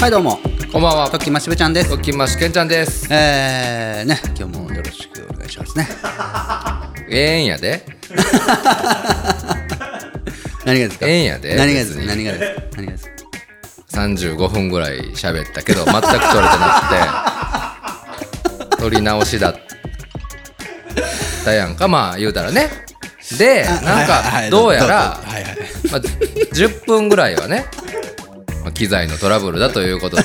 はいどうもこんばんはと。きましぶちゃんですときましけんちゃんです。えー、ね今日もよろしくお願いし ますねええんやで。何がですかええんやで何がです別に何がです何がです三十五分ぐらい喋ったけど、全く取れてなく て。取り直しだ。だやんか、まあ、言うたらね。で、 なんはいはか、いどうやらどうぞ。はいはいまあ、10分ぐらいはね、まあ、機材のトラブルだという ことで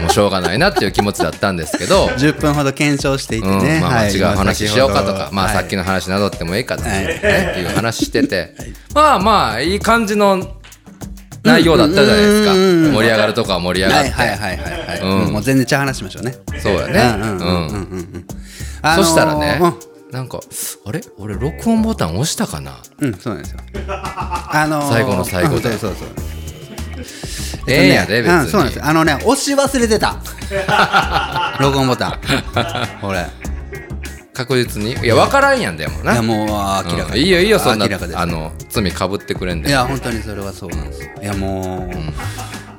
もうしょうがないなっていう気持ちだったんですけど、 10分ほど検証していてうんね、まあ、違う話しようかとか、まあ、さっきのの話などってもいいかとか、はいねいう話してて、まあまあいい感じの内容だったじゃないですか、うんうんうんうん盛り上がるとかは盛り上がはって、いはいはいはいはい、うんうんもう全然ちゃう話しましょうねそうやね、うんうんうんうんうんあのーそしたらね、うんなんかあれ俺録音ボタン押したかなうん、そうなんですよ。あのー最後の最後だうんそうそうそう。ええんやで別に、うん、そうなんですよ。あのね、押し忘れて た。録音ボタン。これ。確実にいや分からんやんだよもうないや、もう明らかうんいいよいいよそんな明らかですあの罪かぶってくれんいでや、本当にそれはそうなんですよ。いや、も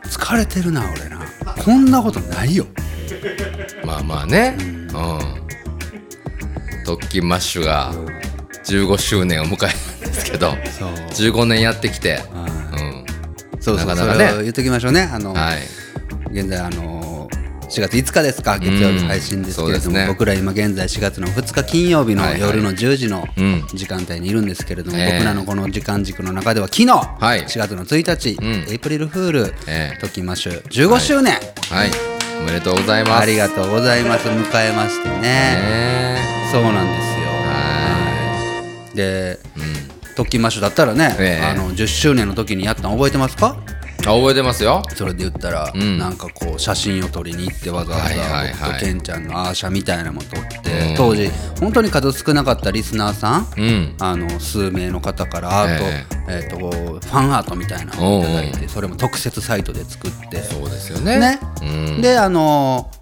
う、疲れてるな、俺な。こんなことないよ。まあまあねうん特勤マッシュが15周年を迎えたんですけどそう。 15年やってきてあうんそうそうなかなそかねれを言っときましょうね。あの、はい現在、あのー4月5日ですか月曜日配信ですけれうんそどうも、ですね僕ら今現在4月の2日金曜日のはいはい夜の10時のうん時間帯にいるんですけれども、ええ僕らのこの時間軸の中では昨日、い4月の1日、うんエイプリルフール、ええトキマッシュ15周年、はいおめでとうございますありがとうございます迎えましてねねそうなんですよはで、トキマッシュだったらね、ええあの10周年の時にやったの覚えてますかいあ覚えてますよそれで言ったら、うんなんかこう写真を撮りに行ってわざわはいはいざはい僕とケンちゃんのアーシャみたいなのも撮って、うん当時本当に数少なかったリスナーさん、うんあの数名の方からアート,、ええーとファンアートみたいなのをいただいてそれも特設サイトで作ってそうですよねねうんであのー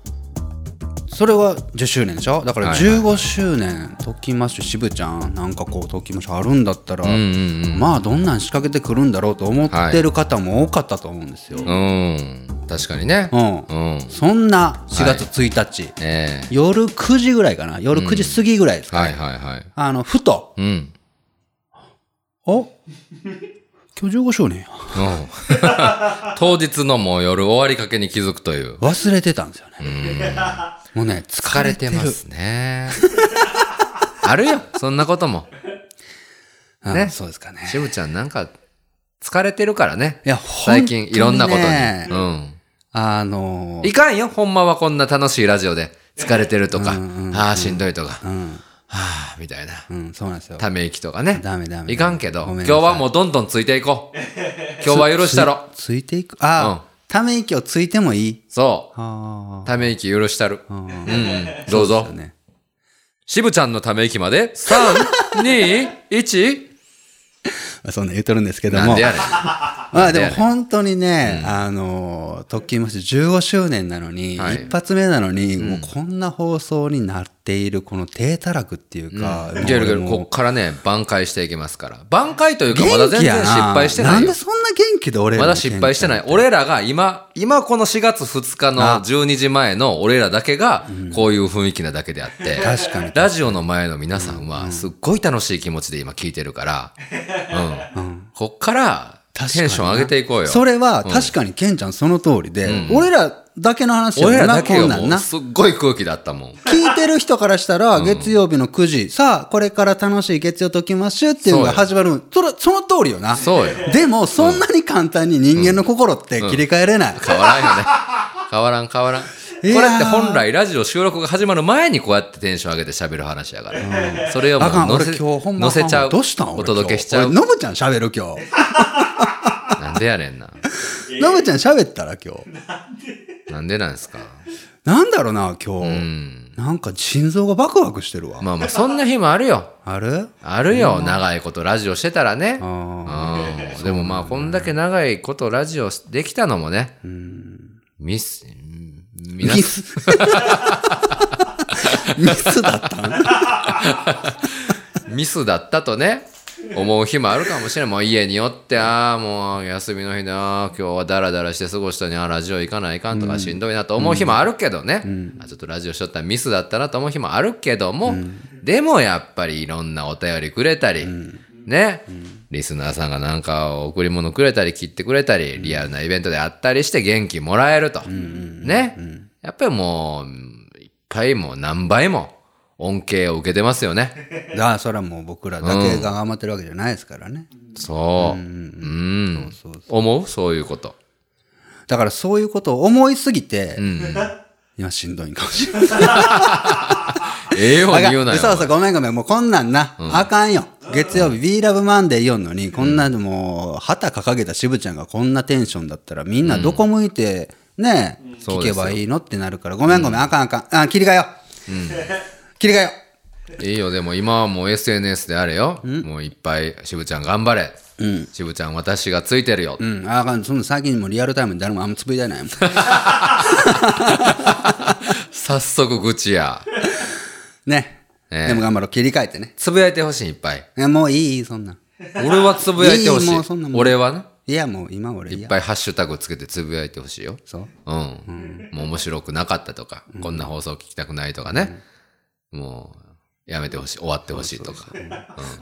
それは10周年でしょだからはいはい15周年「トキマッシュ渋ちゃん」なんかこう「トキマッシュ」あるんだったら、うんうんうんまあどんなん仕掛けてくるんだろうと思ってる方も多かったと思うんですよ。うん確かにねうんうんそんな4月1日、ええ夜9時ぐらいかな夜9時過ぎぐらいですか、はいはいはいあのふとうん 「お今日15周年やうん当日のもう夜終わりかけに気づくという。忘れてたんですよねもうね疲疲れれててまますす ね。あるよ、そんなことも。ねそうですかねしぶちゃんなんか、疲れてるからね。いや最近いろんなことに。本当にねうん。あのーいかんよ、ほんまはこんな楽しいラジオで。疲れてるとか、ああ、しんどいとか、うんはあ、みたいな。うんそうなんですよため息とかね。ダメダメいかんけど、ご今めんな日さいはもうどんどんついていこう。 今日は許したろ。ついていくあ、うんため息をついてもいいそあう。ため息許したる。あ、うんうんうん、どうぞ。ね、しぶちゃんのため息まで、3、2、1。そんな言うとるんですけどなんもでやねん。まあんででやもねん本当にね、あのー、特訓もして15周年なのに、はい一発目なのに、もうこんな放送になっている、この低たらくっていうか、もういけるいける、もうこっからね、挽回していきますから。挽回というか、まだ元全気や然な失敗してなんいでよ。そんな元気で俺らまのだ失敗してない。俺らが今、今この4月2日のあ12時前の俺らだけが、こういう雰囲気なだけであって、確かにラジオの前の皆さんは、すっごい楽しい気持ちで今聞いてるから、うん。こっから、テンション上げていこうよ。それは確かにケンちゃんその通りで、俺らだけの話やもん俺らなだけこんがなもんう、な。すっごい空気だったもん。聞いてる人からしたら、月曜日の9時、さあ、これから楽しい月曜ときましゅっていうのが始まる。それ、その通りよな。そうよでも、そんなに簡単に人間の心って切り替えれない。変わらんよね。変わらん変わらん。こいれやーって本来ラジオ収録が始まる前にこうやってテンション上げて喋る話やから。それをもあかん、う俺載せ今日ほんまあかん載せちゃう。どうしたん俺お届けしちゃう。今日俺ノブちゃん喋る今日。なんでやねんな。ノブちゃん喋ったら今日。なんでなんですか。なんだろうな、今う日。ん。なんか心臓がバクバクしてるわ。まあまあ、そんな日もあるよ。あるあるよ。長いことラジオしてたらね。あうん。でもまあ、こんだけ長いことラジオできたのもね。ミス、ー皆ミさス。んミスだったの ミスだったとね。思う日もあるかもしれんもう家によってああもう休みの日でああ今日はダラダラして過ごしたのにあーラジオ行かないかんとかしんどいなと思う日もあるけどね、あちょっとラジオしとったらミスだったなと思う日もあるけども、でもやっぱりいろんなお便りくれたり、ね、リスナーさんがなんか贈り物くれたり切ってくれたり、リアルなイベントであったりして元気もらえると、ね、やっぱりもういっぱいもう何倍も恩恵を受けてますよね。ああそれはもう僕らだけが頑張ってるわけじゃないですからね、そう。うん。思うそういうこと。だからそういうことを思いすぎて、 うん。今しんどいんかもしれないええように言うなあよそ。うそう、ごめんごめん。もうこんなんな。あかんよ。月曜日、We Love Monday 言うのに、こんなもう、旗掲げた渋ちゃんがこんなテンションだったら、みんなどこ向いて、ね、聞けばいいのってなるから、ごめんごめん、あかんあかん。あ、切り替えよう。切り替えよいいよ、でも今はもう SNS であれよ。もういっぱい、しぶちゃん頑張れ。しぶちゃん私がついてるよ。う。うん、あかん。その最近もうリアルタイムで誰もあんまつぶやいてないもん。 早速愚痴や。ね。ええでも頑張ろう。切り替えてね。つぶやいてほしい、いっぱい。いやもういい、いいそんなん。俺はつぶやいてほしいいいもうそんな。もん俺はね、いや、もう今俺、いいっや。ぱいハッシュタグつけてつぶやいてほしいよ。そう。うん。もう面白くなかったとか、こんな放送聞きたくないとかね。もう、やめてほしい。終わってほしいとか。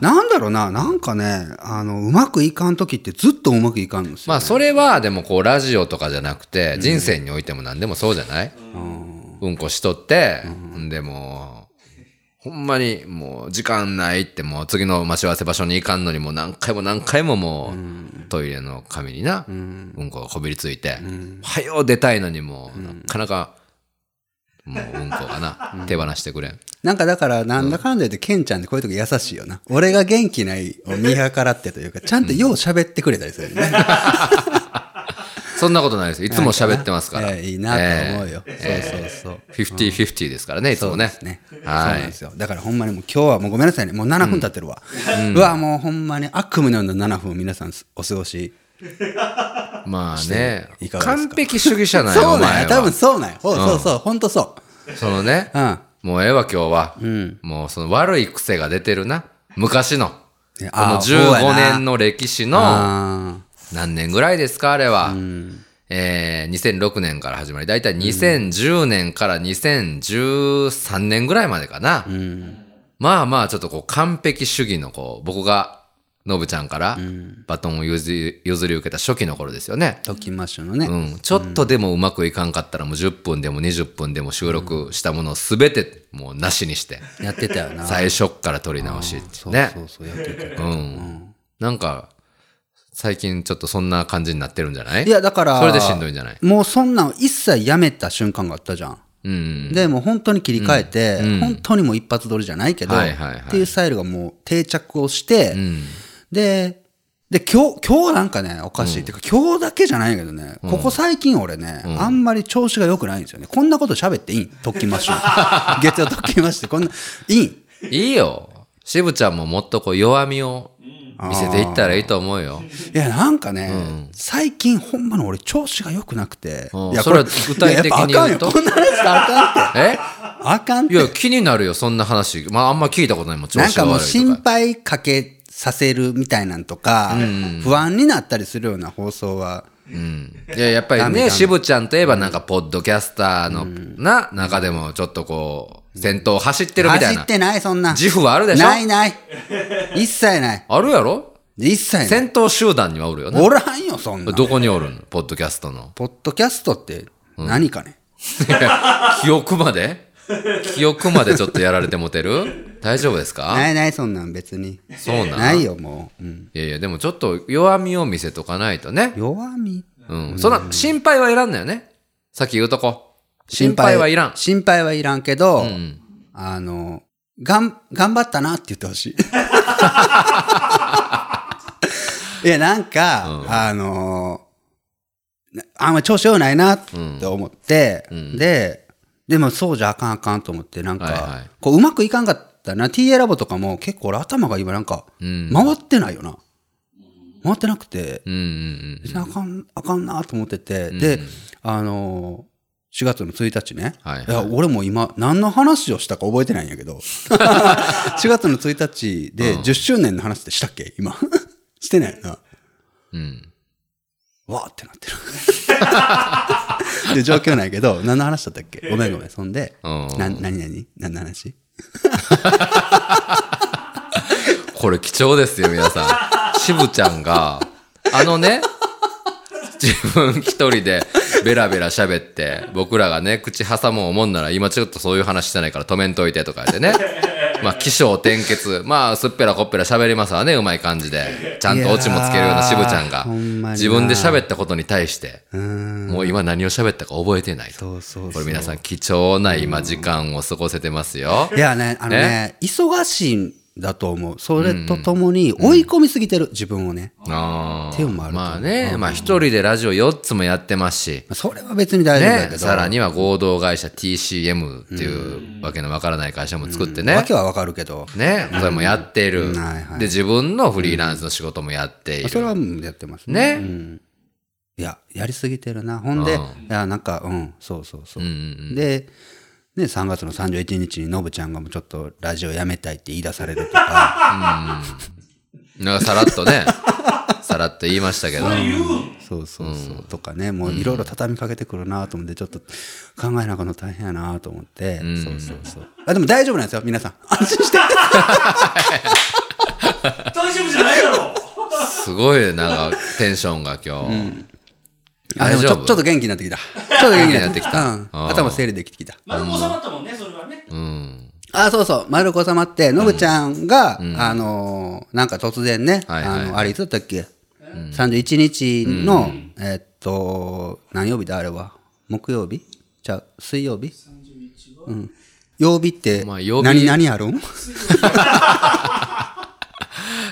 なんだろうな、なんかね、あの、うまくいかん時ってずっとうまくいかんのですよ。まあそれはでもこうラジオとかじゃなくて人生においても何でもそうじゃない、うん、こしとって、でもうほんまにもう時間ないってもう次の待ち合わせ場所に行かんのにもう何回も何回ももうトイレの紙にな、うん、こがこびりついて、はよう出たいのにもうなかなかもううんこがな手放してくれん。なんかだから、なんだかんだ言って、ケンちゃんってこういう時優しいよな。俺が元気ないを見計らってと いうか、ちゃんとよう喋ってくれたりするよね。そんなことないです。いつも喋ってますから。ええいいなと思うよ。そうそうそう。 50-50ですからね、いつもね。そうですね。そうはないんですよ。だからほんまにもう今日はもうごめんなさいね。もう7分経ってるわ。うわ、もうほんまに悪夢のような7分を皆さんお過ごし。まあねい、かがです完か璧主義者なんよ、そおうなん前や。多分は。そうなんや。ほうそうそう。ほんとそそのねう。う、ん。もうええわ、今日は。もうその悪い癖が出てるな。昔の。こいやのあーそうや15な年の歴史のあ何年ぐらいですか、あれは。えー、2006年から始まり、だいたい2010年から2013年ぐらいまでかな。まあまあ、ちょっとこう完璧主義のこう、僕が、のぶちゃんからバトンを譲り譲り受けた初期の頃ですよね。ー。ときましょうのね。うん、ちょっとでもうまくいかんかったらもう10分でも20分でも収録したものを全てもうなしにしてやってたよな。最初っから撮り直しってそうねそうそう。やってた。うんなんか最近ちょっとそんな感じになってるんじゃないいや、だから。それでしんどいんじゃないもうそんなん一切やめた瞬間があったじゃん。うんでもう本当に切り替えて、本当にもう一発撮りじゃないけど、はいはいはいっていうスタイルがもう定着をして、うんで、で、今日、今日なんかね、おかしい。てか今日だけじゃないけどね、ここ最近俺ね、あんまり調子が良くないんですよね。こんなこと喋っていいん特きま しょう。月曜特きまして、こんな、いいんいいよしぶちゃんももっとこう弱みを見せていったらいいと思うよいや、なんかね、最近ほんまの俺調子が良くなくて。うんいや、それは具体的に言うといややっぱあかんよ。こんな話したらあかんって。えあかんっいて。や気になるよそんな話まああんま聞いたことないもん調なん子かがもう悪い心とか配かけさせるみたいなんとか、不安になったりするような放送は、うんいや、やっぱりね、渋ちゃんといえばなんか、ポッドキャスターの、な、中でもちょっとこう、先頭を走ってるみたい走なっ。てない、そんな。自負はあるでしょないない。一切ない。あるやろ一切ない。先頭集団にはおるよね。おらんよ、そんな。どこにおるのポッドキャストの。ポッドキャストって何かね。記憶まで記憶までちょっとやられてもてる大丈夫ですかないない、そんなん別に。そうなんないよ、もう。うんいやいや、でもちょっと弱みを見せとかないとね。弱みうん。そんな、心配はいらんのよね。さっき言うとこ。心配はいらん。心配はいらんけど、んあの、がん、頑張ったなって言ってほ しい。いや、なんか、あのなあんま調子よくないなって思って、で、でもそうじゃあかんあかんと思って、なんか、はいはいこううまくいかんかったな。TA ラボとかも結構俺頭が今なんか、うん。回ってないよな。回ってなくて、うんうんうん。あかん、あかんなと思ってて、で、あの4月の1日ね。はいはいや、俺も今、何の話をしたか覚えてないんやけ ど。4月の1日で10周年の話ってしたっけ今。 してないよな。うん。わーってな ってる。で、状況ないけど、何の話だったっけごめんごめん。そんで、うんな、何何何の話これ貴重ですよ、皆さん。しぶちゃんが、あのね、自分一人でベラベラ喋って、僕らがね、口挟もうもんなら、今ちょっとそういう話してないから止めんといてとか言ってね。まあ、起承転結。まあ、すっぺらこっぺら喋りますわね、うまい感じで。ちゃんとオチもつけるようなしぶちゃんいやーがほんまにな、自分で喋ったことに対して、うーん。もう今何を喋ったか覚えてないと。そうそうそうこれ皆さん貴重な今時間を過ごせてますよ。いやね、あのね、忙しいんだと思う。それとともに追い込みすぎてる、自分をね。あ手もあると思うまあね、まあ一人でラジオ4つもやってますし、それは別に大丈夫だけね、ど。さらには合同会社 TCM っていうわけのわからない会社も作ってわね、けはわかるけど。ね、それもやってるうんはいは。いで、自分のフリーランスの仕事もやっていそれる。はもうやってますね。ね。いや、やりすぎてるな。ほんで、いうんや、なんか、うん、そうそうそうう。んで、ね、3月の31日にのぶちゃんがもうちょっとラジオやめたいって言い出されると か、うん。なんかさらっと ね、さらっと言いましたけど。そうそうそう、とかね、もういろいろ畳みかけてくるなと思って、ちょっと考えなくの大変やなと思って、んそうそうそう。あ、でも大丈夫なんですよ、 皆さん。安心して。大丈夫じゃないだろすごい、なんかテンションが今日。あ、でもち大ょ丈夫ちょっと元気になってきた。ちょっと 元気になってきた。うんあー頭整理できてきた。丸く収まったもんね、それはね。うん。あ、そうそう。丸く収まって、のぶちゃんが、あのーなんか突然ね、はいはいあの、あれいつだったっけ、?31 日の、えっと、何曜日だあれは木曜日じゃあ、水曜日うん。曜日って、まあ曜日何、何あるん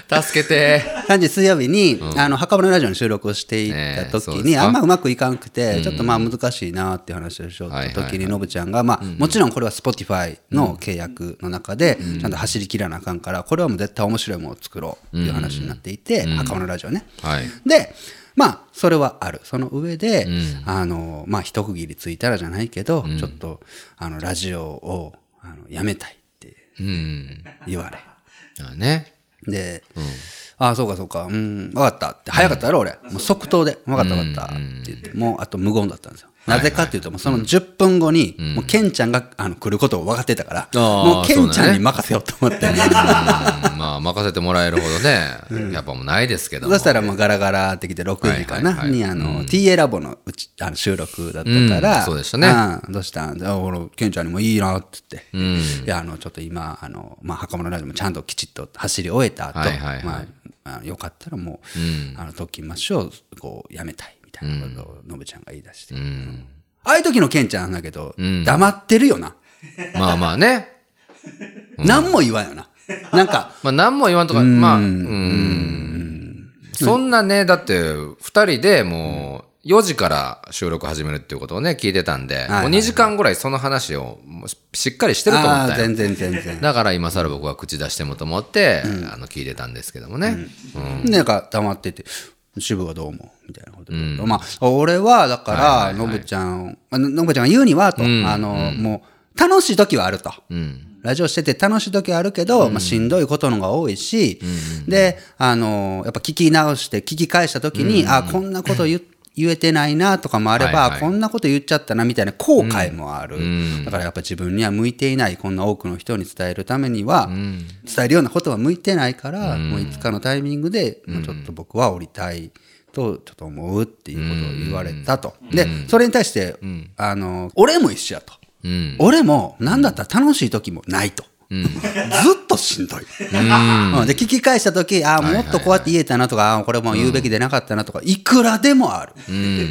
助けて。 ?3 時水曜日に、あの、墓場のラジオに収録をしていた時ねえそうでに、すかあんまうまくいかんくて、ちょっとまあ難しいなっていう話をしようはいはいとはい時に、のぶちゃんが、まあ、もちろんこれは Spotify の契約の中で、ちゃんと走り切らなあかんから、これはもう絶対面白いものを作ろうっていう話になっていて、袴のラジオね。はい。で、まあ、それはある。その上で、あの、まあ、一区切りついたらじゃないけど、ちょっと、あの、ラジオを、あの、やめたいってうん。言われ。だね。で、ああ、そうかそうか、うん、わかったって、早かったやろ、俺。もう即答で、わかったわかったって言って、もうあと無言だったんですよ。なぜかっていうと、もうその10分後に、もうケンちゃんがあの来ることを分かってたから、あーもうケンちそうだゃんねに任せようと思って、うんまあ、任せてもらえるほどね、やっぱもうないですけども そし。たらもうガラガラってきて6時かはいはいなはいにあの TA ラボのうちあの収録だったかうんらそうでしたねうんどうしたんあ俺ケンちゃんにもいいなって言っていやあのちょっと今あのまあ袴のラジオもちゃんときちっと走り終えた後はいはいはいまああのよかったらもうあの特訓マッシュをこうやめたいみたいなことをのぶちゃんが言い出してうんああいう時のケンちゃんだけどん黙ってるよなまあまあね。何も言わんよ ななんかまあ何も言わんとか、まあ、うん。そんなね、だって、二人でもう、4時から収録始めるっていうことをね、聞いてたんで、はいもう2時間ぐらいその話をもうししっかりしてると思っあたーよ。全然全然だから今更僕は口出してもと思って、あの、聞いてたんですけどもね。うんなんか黙ってて、渋はどう思うみたいなことで、まあ、俺は、だから、のぶちゃん、あののぶちゃんが言うには、と、あの、もう、楽しい時はあると。うん。ラジオしてて楽しい時はあるけど、まあ、しんどいことのが多いし、で、あの、やっぱ聞き直して、聞き返した時に、あ、こんなこと言言えてないなとかもあれば、はいはいこんなこと言っちゃったなみたいな後悔もある、だからやっぱ自分には向いていないこんな多くの人に伝えるためには、伝えるようなことは向いてないから、もういつかのタイミングで、まあちょっと僕は降りたいとちょっと思うっていうことを言われたと、でそれに対して、あの俺も一緒やと、うん。俺も何だったら楽しい時もないと。ずっとしんどい。うんで、聞き返した時、ああ、もっとこうやって言えたなとか、ああこれもう言うべきでなかったなとか、いくらでもある。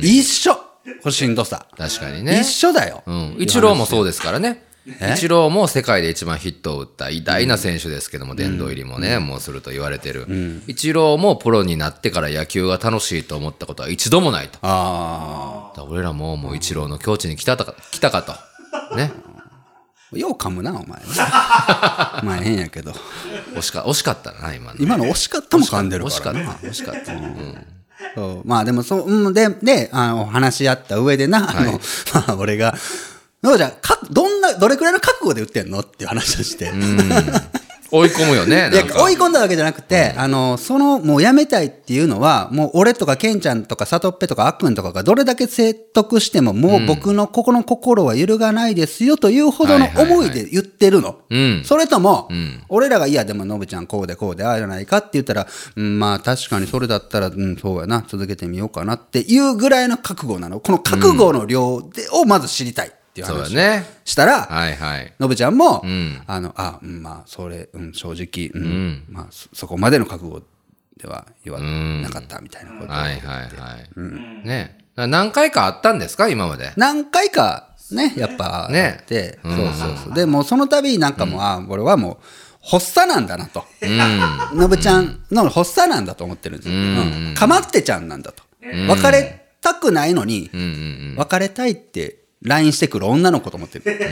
一緒これしんどさ。確かにね。一緒だよ。うん、イチローもそうですからね。イチローも世界で一番ヒットを打った偉大な選手ですけども、殿堂入りもね、もうすると言われてる。イチローもプロになってから野球が楽しいと思ったことは一度もないと。だかあら俺らももうイチローの境地に来たとか、来た かと。ね。あ。よう噛むな、 お前。まあ、変やけど。惜しか、惜しかったな、今の。今の惜しかったも噛んでる惜かしからっな。た。惜しかった。うん。そうまあでもそう、うん、で、で、あの、話し合った上でな、あの、 まあ俺が、そうじゃあか、どんな、どれくらいの覚悟で打ってんのっていう話をして。追い込むよね。いなやんか追い込んだわけじゃなくて、あのそのもうやめたいっていうのはもう俺とかケンちゃんとかサトッペとかあっくんとかがどれだけ説得してももう僕のここの心は揺るがないですよというほどの思いで言ってるの、うん。それとも、ん俺らが「いやでもノブちゃんこうでこうでああじゃないか」って言ったら、うん、まあ確かにそれだったら、うん、そうやな続けてみようかなっていうぐらいの覚悟なのこの覚悟の量で、をまず知りたいっていうそうだ話をね。したら、はいはい。のぶちゃんも、んあの、あ、うんまあ、それ、うん、正直、うん、まあそ、そこまでの覚悟では言わなかったみたいなこと。はいはいはい。ねだから何回かあったんですか今まで。何回か、ね、やっぱ、ねあって、そうそうそう。で、もうその度なんかもう、あ、俺はもう、発作なんだなと。のぶちゃんの発作なんだと思ってるんですよ。うんかまってちゃんなんだと。別れたくないのに、うんうん。別れたいって、LINE してくる女の子と思ってる。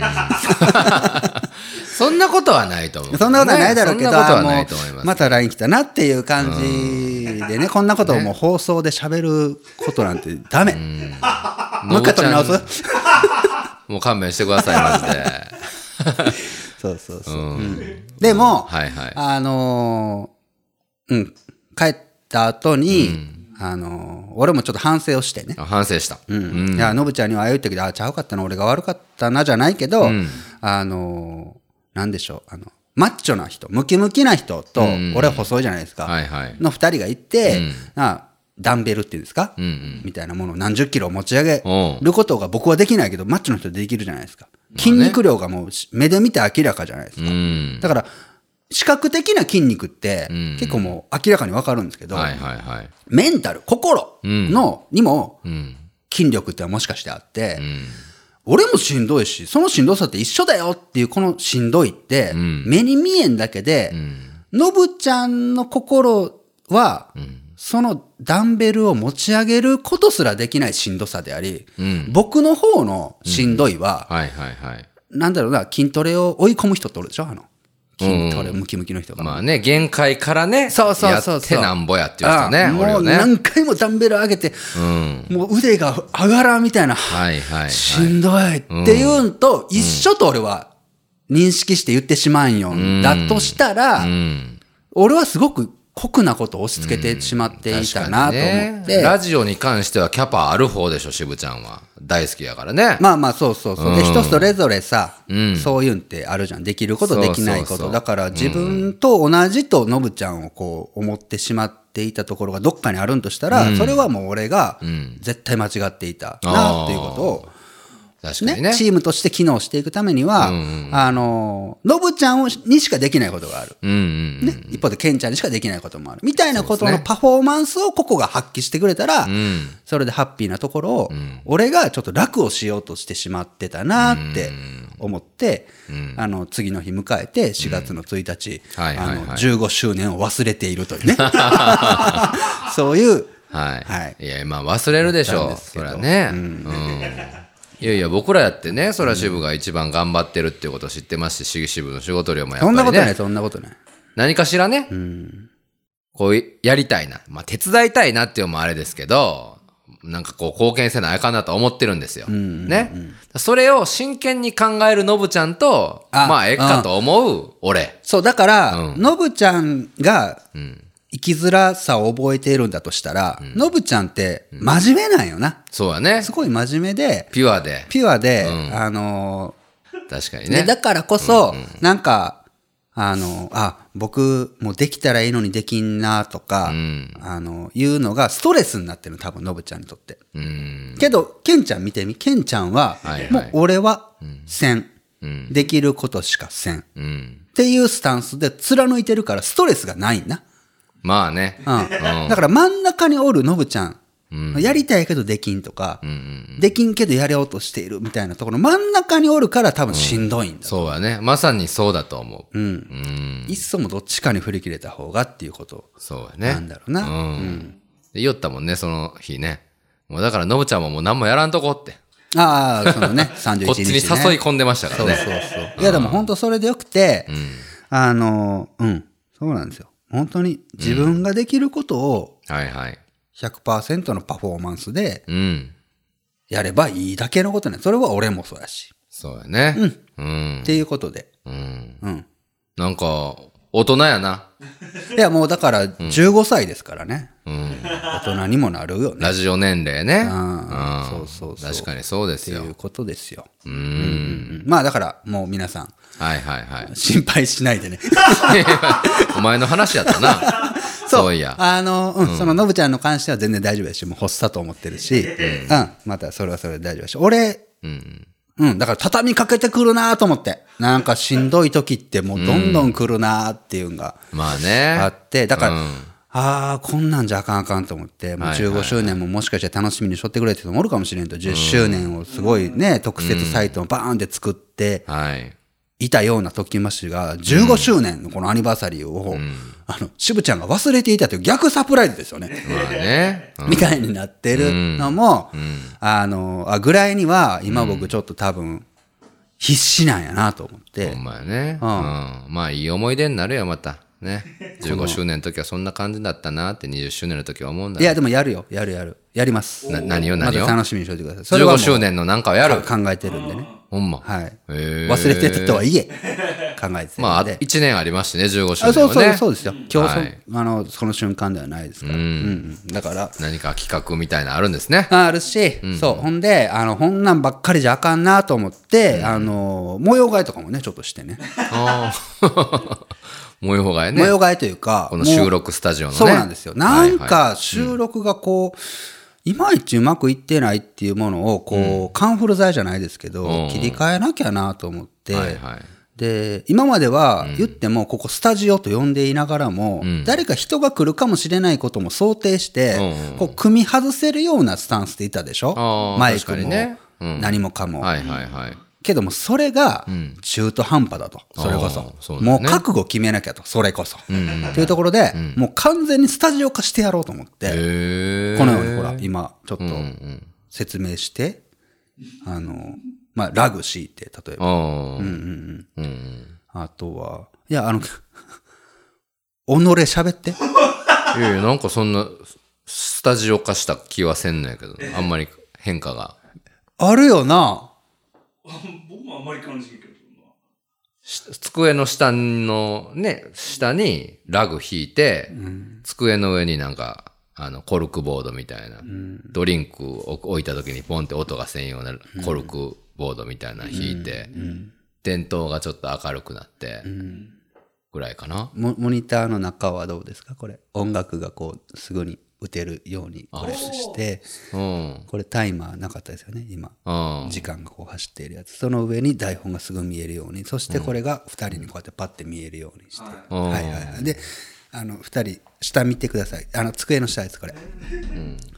そんなことはないと思う。そんなことはないだろうけど、ねそんなことはあなもいと思います。うまた LINE 来たなっていう感じでね、こんなことをもう放送で喋ることなんてダメ。もう一回取り直のぶすもう勘弁してください、マジで。そうそうそうう。ん。でも、はいはい。あのーうん、帰った後に、あのー俺もちょっと反省をしてね。あ反省した。う。うんん、いや、のぶちゃんにはああ言ったけど、あ、ちゃうかったな、俺が悪かったな、じゃないけど、んあのーなんでしょう、あの、マッチョな人、ムキムキな人と、うん俺は細いじゃないですか。はいはい。の2人が行って、うんあダンベルっていうんですか、うんうん。みたいなものを何十キロ持ち上げおうることが僕はできないけどマッチョの人できるじゃないですか筋肉量がもうし目で見て明らかじゃないですうか、ん。だから視覚的な筋肉ってうん結構もう明らかに分かるんですけど、はいはいはい。メンタル心の、にもうん。筋力ってもしかしてあって、うん。俺もしんどいしそのしんどさって一緒だよっていうこのしんどいって、ん目に見えんだけで、うん。のぶちゃんの心は、うんそのダンベルを持ち上げることすらできないしんどさであり、うん。僕の方のしんどいは、はいはいはい。なんだろうな、筋トレを追い込む人っておるでしょあの、筋トレ、うムキムキの人が。まあね、限界からね、そうそうそうそうやってなんぼやっていう人ね、ああ俺もはうね。何回もダンベル上げて、うん。もう腕が上がらんみたいな、はいはいしはい。んどいっていうんと一緒と俺は認識して言ってしまうんよ、だとしたら、うん。俺はすごく酷なことを押し付けてしまっていたなと思って、ラジオに関してはキャパある方でしょ、渋ちゃんは。大好きやからね。まあまあそうそうそう、うでん人それぞれさ、うんそういうんってあるじゃんできることできないことそうそうそうだから自分と同じとのぶちゃんをこう思ってしまっていたところがどっかにあるんとしたら、それはもう俺がん絶対間違っていたなっていうことを、確かねにね。チームとして機能していくためには、あののぶちゃんをにしかできないことがある。うんうん。ね、一方でケンちゃんにしかできないこともあるみたいなことそうのですねパフォーマンスをここが発揮してくれたら、うん。それでハッピーなところを、俺がちょっと楽をしようとしてしまってたなって思って、あの、次の日迎えて、4月の1日、はいはいあはいの、15周年を忘れているという ね。そういう、はい。はいいや、まあ忘れるでしやっょたんう。ですけそどりゃね。うん。いやいや、僕らやってね、そら支部が一番頑張ってるっていうことを知ってますし、支支部の仕事量もやっそぱりんね。なことない、そんなことない。何かしらね、こういやりたいな、まあ、手伝いたいなっていうのもあれですけど、なんかこう貢献せなあかんなと思ってるんですよ。ね。それを真剣に考えるのぶちゃんと、あまあええかと思う俺。そう、だから、うんのぶちゃんがうん。生きづらさを覚えているんだとしたら、のぶちゃんって真面目なんよな。そうやねす。ごい真面目で、ピュアで。ピュアで、うんあのー確かにね、ね。だからこそ、なんか、あの、あ、僕もうできたらいいのにできんなとか、んあの、いうのがストレスになってるの、多分、のぶちゃんにとって。うん。けど、ケンちゃん見てみ、ケンちゃんは、はいはいもう俺は、せん。うん。できることしかせん。っうん。ていうスタンスで貫いてるから、ストレスがないんな。まあね。うん。 だから真ん中におるのぶちゃん、やりたいけどできんとか、できんけどやれようとしているみたいなところ、真ん中におるから多分しんどいんだとそうやね。まさにそうだと思う。うん。いっそもどっちかに振り切れた方がっていうことそうやね。なんだろうな。うん。で言おったもんね、その日ね。もうだから、のぶちゃんももう何もやらんとこって。ああ、そのね、31日、ね。 こっちに誘い込んでましたからそうね。そうそう。いや、でも本当それでよくて、あの、うん、そうなんですよ。本当に自分ができることをはいはい。 100%のパフォーマンスでうん。やればいいだけのことね。それは俺もそうやし。そうやね。うんっ。ていうことで。うん。うん。なんか、大人やな。いや、もうだから15歳ですからね。うん。大人にもなるよね。ラジオ年齢ね。あーそんうそうそう確かにそうでってすいうよ。ことですよ。う。うんんうんまあだからもう皆さんはいはいはい。 心配しないで ね。お前の話やったな。そういや。あの、うん、そのノブちゃんの関しては全然大丈夫だし、もう発作と思ってるし、うん、またそれはそれで大丈夫だし、俺、うん。うん、だから畳みかけてくるなと思って、なんかしんどい時ってもうどんどん来るなっていうのがまあね。あって、だから、うんああ、こんなんじゃあかんあかんと思って、もうはいはいはい15周年ももしかしたら楽しみにしとってくれてる人もおるかもしれんと、10周年をすごいね、特設サイトをバーンって作って、はい。いたような時ましが、15周年のこのアニバーサリーを、あの、渋ちゃんが忘れていたという逆サプライズですよね。まあね。うんみたいになってるのも、あの、あぐらいには、今僕ちょっと多分、必死なんやなと思って、ほんまやね。ううんん。まあいい思い出になるよ、また。ね。15周年の時はそんな感じだったなって20周年の時は思うんだいよや、でもやるよ、やるやる。やります。な何をま何ずを楽しみにしといてください。それはも ?15 う周年のなんかをやる。考えてるんでね。ほんま。はい。へー忘れてたとはいえ、考えてるんで。まあ、1年ありましてね、15周あ年そうはそうね。そうですよ。今日そ、はいあの、その瞬間ではないですから。うんうん、だから、何か企画みたいなのあるんですね。あるし、そう、ほんで、あの、こんなんばっかりじゃあかんなと思って、あの、模様替えとかもね、ちょっとしてね。ああ。 模様替え模ね。様替えというか、この収も録スタジオうのね。そうなんですよ。なんはいか、収録がこう、いまいちうまくいってないっていうものを、こう、カンフル剤じゃないですけうんうど、ん切り替えなきゃなと思って、はい、はいはいで、今までは言っても、ここスタジオと呼んでいながらも、ん誰か人が来るかもしれないことも想定して、うんうんこう、組み外せるようなスタンスでいたでしょあーマイク確かも、にねうん何もかも。はいはいはい。けども、それがん中途半端だと。それこあーそ。そうだねもう覚悟決めなきゃと。それこそ。というところで、もう完全にスタジオ化してやろうと思って、へえ。このようにほら、今、ちょっとうんうん。説明して、あの、まあ、ラグ敷いて、例えば。ああ。うんうんうん。あとは、いや、あの、 己喋って。いやいや、なんかそんな、スタジオ化した気はせんのやけど、あんまり変化が。あるよな。僕もあんまり感じんけどな。し机の下のね、下にラグ引いて、机の上になんか、あの、コルクボードみたいな、ドリンクを置いた時にポンって音がせんようなコルクボードみたいなの引いて、電灯がちょっと明るくなって、ぐらいかな。モモニターの中はどうですかこれ。音楽がこう、すぐに打てるように、これして、うん。これタイマーなかったですよね、今。うん。時間がこう走っているやつその上に台本がすぐ見えるようにそしてこれが2人にこうやってパッて見えるようにして、うんはいはいはいであの2人下見てくださいあの机の下ですこれ、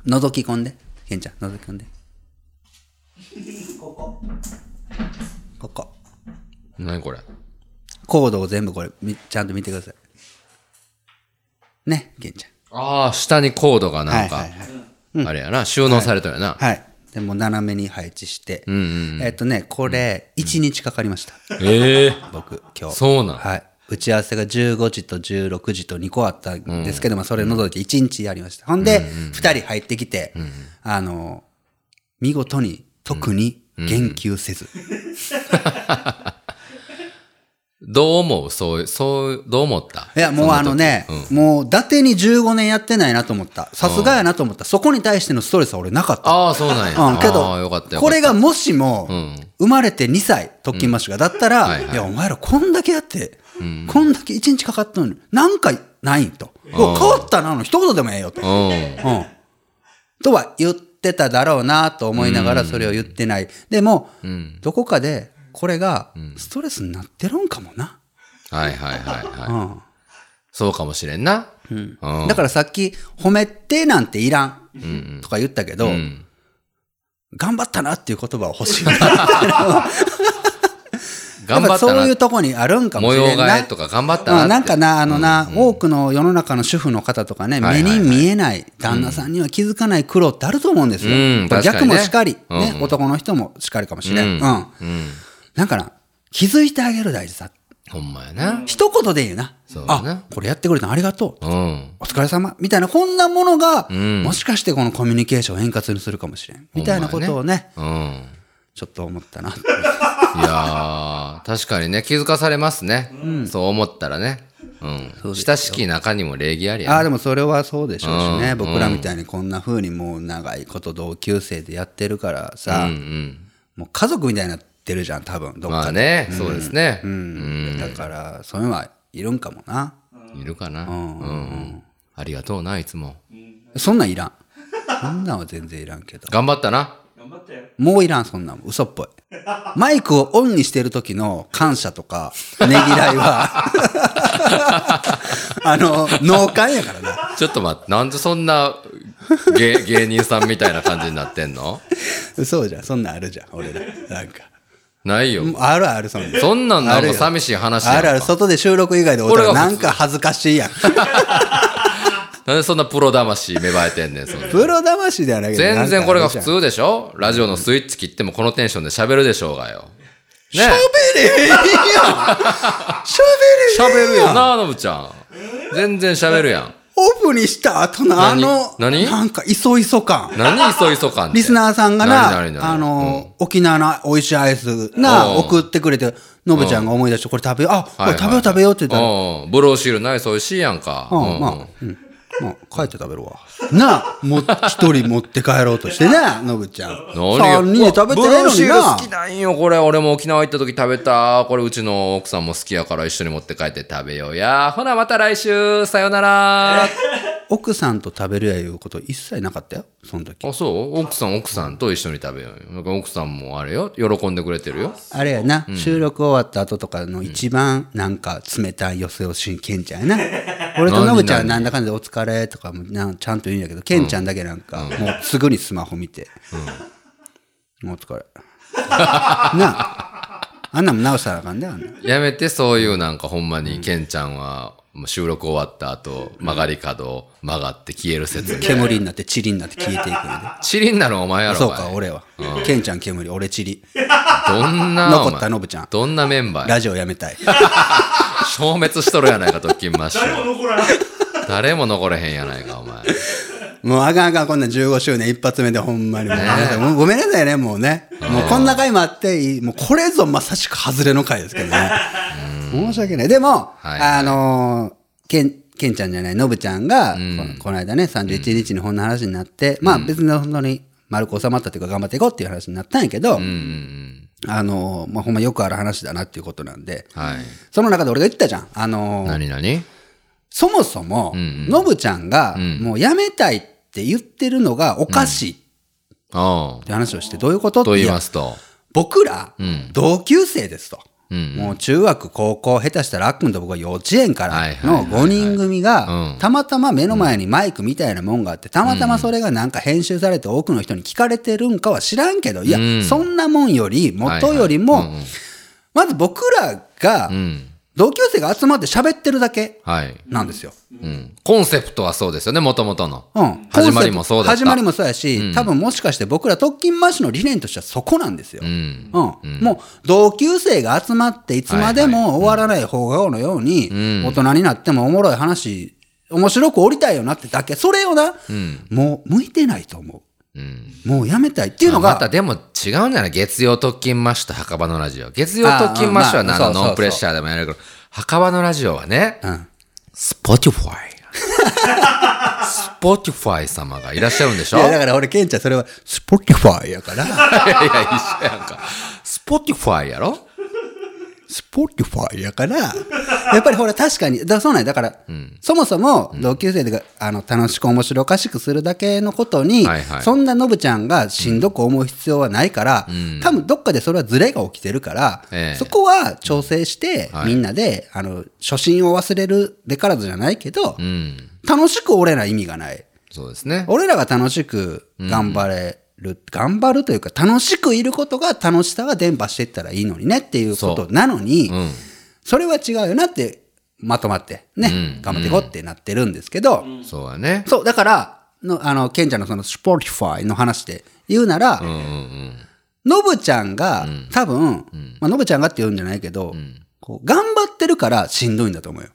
覗き込んでケンちゃん覗き込んでここここ何これコードを全部これみちゃんと見てくださいねケンちああ、下にコードがゃんはなんいか、はいはいあれやな、収納されたよな。はいでもう斜めに配置して、うんうん。えっとねこれ1日かかりました、ええ僕今日そうなん。はい。打ち合わせが15時と16時と2個あったんですけども、それ除いて1日やりました。ほんで、2人入ってきて、あの、見事に、特に言及せず。どう思うそう、そう、どう思ったいや、もうあのね、もう、伊達に15年やってないなと思った。さすがやなと思った。そこに対してのストレスは俺なかった。ああ、そうなんや。うん、けああ、よかったど、よこかっれがもしもん、生まれて2歳、特訓マッシュが、だったら、はいいはいや、お前らこんだけやって、こんだけ1日かかったのに、なんかないんと。いや変わったな、の一言でもええよと。た。うん。うん。とは言ってただろうなと思いながらそれを言ってない。でも、んどこかでこれがストレスになってるんかもな。はいはいはいはい。うん。そうかもしれんな。うん。だからさっき褒めてなんていらんとか言ったけど、うん。頑張ったなっていう言葉は欲しいな。 や頑っ張ぱったそういうな。とこにあるんかも模し様れんな。替えとか頑張ったなって。うん、なんかな、あのな、多くの世の中の主婦の方とかね、はいはいは目いに見えない旦那さんには気づかない苦労ってあると思うんですよ。うんこれ確か逆にねもしかり、うんね男の人もしかりかもしれん。ううんんうん。なんかな、気づいてあげる大事さ。ほんまやな。一言で言うな。そうだなあ、これやってくれたのありがとう。うん。お疲れ様。みたいな、こんなものが、んもしかしてこのコミュニケーションを円滑にするかもしれん。みたいなことをね、うん。ちょっと思った な。いやー、確かにね、気づかされますね。そう思ったらね。うん。親しき中にも礼儀ありやあなあ、でもそれはそうでしょうしね。うん僕らみたいにこんな風にもう長いこと同級生でやってるからさ、うんうん。もう家族みたいになってるじゃん、多分、どっまかあで。ね、そうですね。うん、だから、そういうのはいるんかもな。いるかな。うん。ありがとうな、いつも。そんなんいらん。そんなんは全然いらんけど。頑張ったな。頑張って。もういらん、そんなん。嘘っぽい。マイクをオンにしてる時の感謝とか、ねぎらい は、あの、脳幹やからな。ちょっと待って、なんでそんな 芸芸人さんみたいな感じになってんのそうじゃん、そんなんあるじゃん、俺ら。なんか。ないよ。あるある、そんなん。そんなんなあんるかよ寂しい話やあんかるある、外で収録以外でおったら俺がな普ん通か恥ずかしいやん。なんでそんなプロ魂芽生えてんねん、そんなプロ魂ではないけど。全然これが普なんかある通でしょラジオのスイッチ切ってもこのテンションで喋るでしょうがよ。ねじゃん。喋れへんやん喋れへんやん喋るよな、のぶちゃん。全然喋るやん。オフにした後のあの、何何なんか、いそいそ感。何いそいそ感ってリスナーさんが何々な、々あの、沖縄の美味しいアイスな、うん送ってくれて、のぶちゃんが思い出して、これ食べよう、あ、こはいれは食いべよう食べようって言ったら、うんブローシールないそうしいやんか。うん、まあ、うん。まあ、帰って食べるわ。なあ、もう、一人持って帰ろうとしてね、 のぶちゃん。何三人で食べてブないローのシにール好きな。なんよ、これ。俺も沖縄行った時食べた。これうちの奥さんも好きやから一緒に持って帰って食べようや。ほな、また来週。さよなら。あ、奥さんと食べるやいうこと一切なかったよ、その時。そう奥さん、奥さんと一緒に食べようよ。なんか奥さんもあれよ、喜んでくれてるよ。あれやな、収録終わった後とかの一番なんか冷たい寄せをしんケンちゃん やな。俺とノブちゃんはなんだかんだでお疲れとかもなんちゃんと言うんやけど、ケンちゃんだけなんかもうすぐにスマホ見て、もうお疲れ。 なあ、あんなんも直したらあかんで、あんなん。やめて、そういうなんかほんまに、ケンちゃんは、もう収録終わった後、曲がり角を曲がって消える説明。煙になって塵になって消えていくんやチリになるお前やで。ろ。そうか、お前俺は。ケンちゃん煙、俺塵。どんな、残おった前ノブちゃんどんなメンバーやラジオやめたい。消滅しとるやないか、特勤マッシ誰ュ。も残らない。誰も残れへんやないか、お前。もうあかんあかん、こんなん15周年一発目でほんま にもう皆さんもうごめんなさいね、もうね。もうこんな回もあっていい、もうこれぞまさしく外れの回ですけどね。申し訳ない。でも、いはいあのーけん、けんちゃんじゃない、のぶちゃんが、このこの間ね、31日にこんな話になって、まあ別に本当に丸く収まったというか頑張っていこうっていう話になったんやけど、うんうんあのーまあほんまよくある話だなっていうことなんで、うん。はい。その中で俺が言ったじゃん。あのー何何そもそも、のぶちゃんが、もうやめたいって言ってるのがおかしいってあって話をして、どういうことっあ。とて言いいやますと。僕ら、ん同級生ですと。うんもう中学、高校、下手したらあっくんと僕は幼稚園かはいらはいはいの5人組うがん、たまたま目の前にマイクみたいなもんがあって、たまたまそれがなんか編集されて多くの人に聞かれてるんかは知らんけど、いやう、んそんなもんより、元よりはいはいも、まず僕らがうんう、ん。同級生が集まって喋ってるだけはい。なんですよ。うん。コンセプトはそうですよね、もともとの。うん、始まりもそうだった始まりもそうやし、多分もしかして僕ら特勤マッシュの理念としてはそこなんですよ。うん。うん、もう同級生が集まっていつまでも終わらない放課後のように、大人になってもおもろい話面白く降りたいよなってだけそれをな、もう向いてないと思うん。うもうやめたいっていうのまが、たでも違うんじゃない月曜特勤マッシュと墓場のラジオ。月曜特勤マッシュはあなあんかまあそうそうそうノンプレッシャーでもやるけど、墓場のラジオはね、うん、スポティファイ。スポティファイ様がいらっしゃるんでしいょいややいだや、から俺ケンちゃんそれは Spotify や から一緒やんか。スポティファイやろ Spotify やからやっぱりほら確かにだからそうなんやだから、そもそも同級生が、あの楽しく面白おかしくするだけのことに、はいはいそんなのぶちゃんがしんどく思う必要はないから、多分どっかでそれはズレが起きてるから、ええそこは調整して、はいみんなであの初心を忘れるべからずじゃないけど、うん。楽しく俺ら意味がないそうですね。俺らが楽しく頑張れる、頑張るというか楽しくいることが楽しさが伝播していったらいいのにねっていうことなのに、うん。それは違うよなって、まとまって、ね、頑張っていこうってなってるんですけど、そうやね。そう、だから、の、あの、ケンちゃんのその、スポティファイの話で言うなら、うんうんうん。ノブちゃんが、多分、まあ、ノブちゃんがって言うんじゃないけど、こう頑張ってるからしんどいんだと思うよ。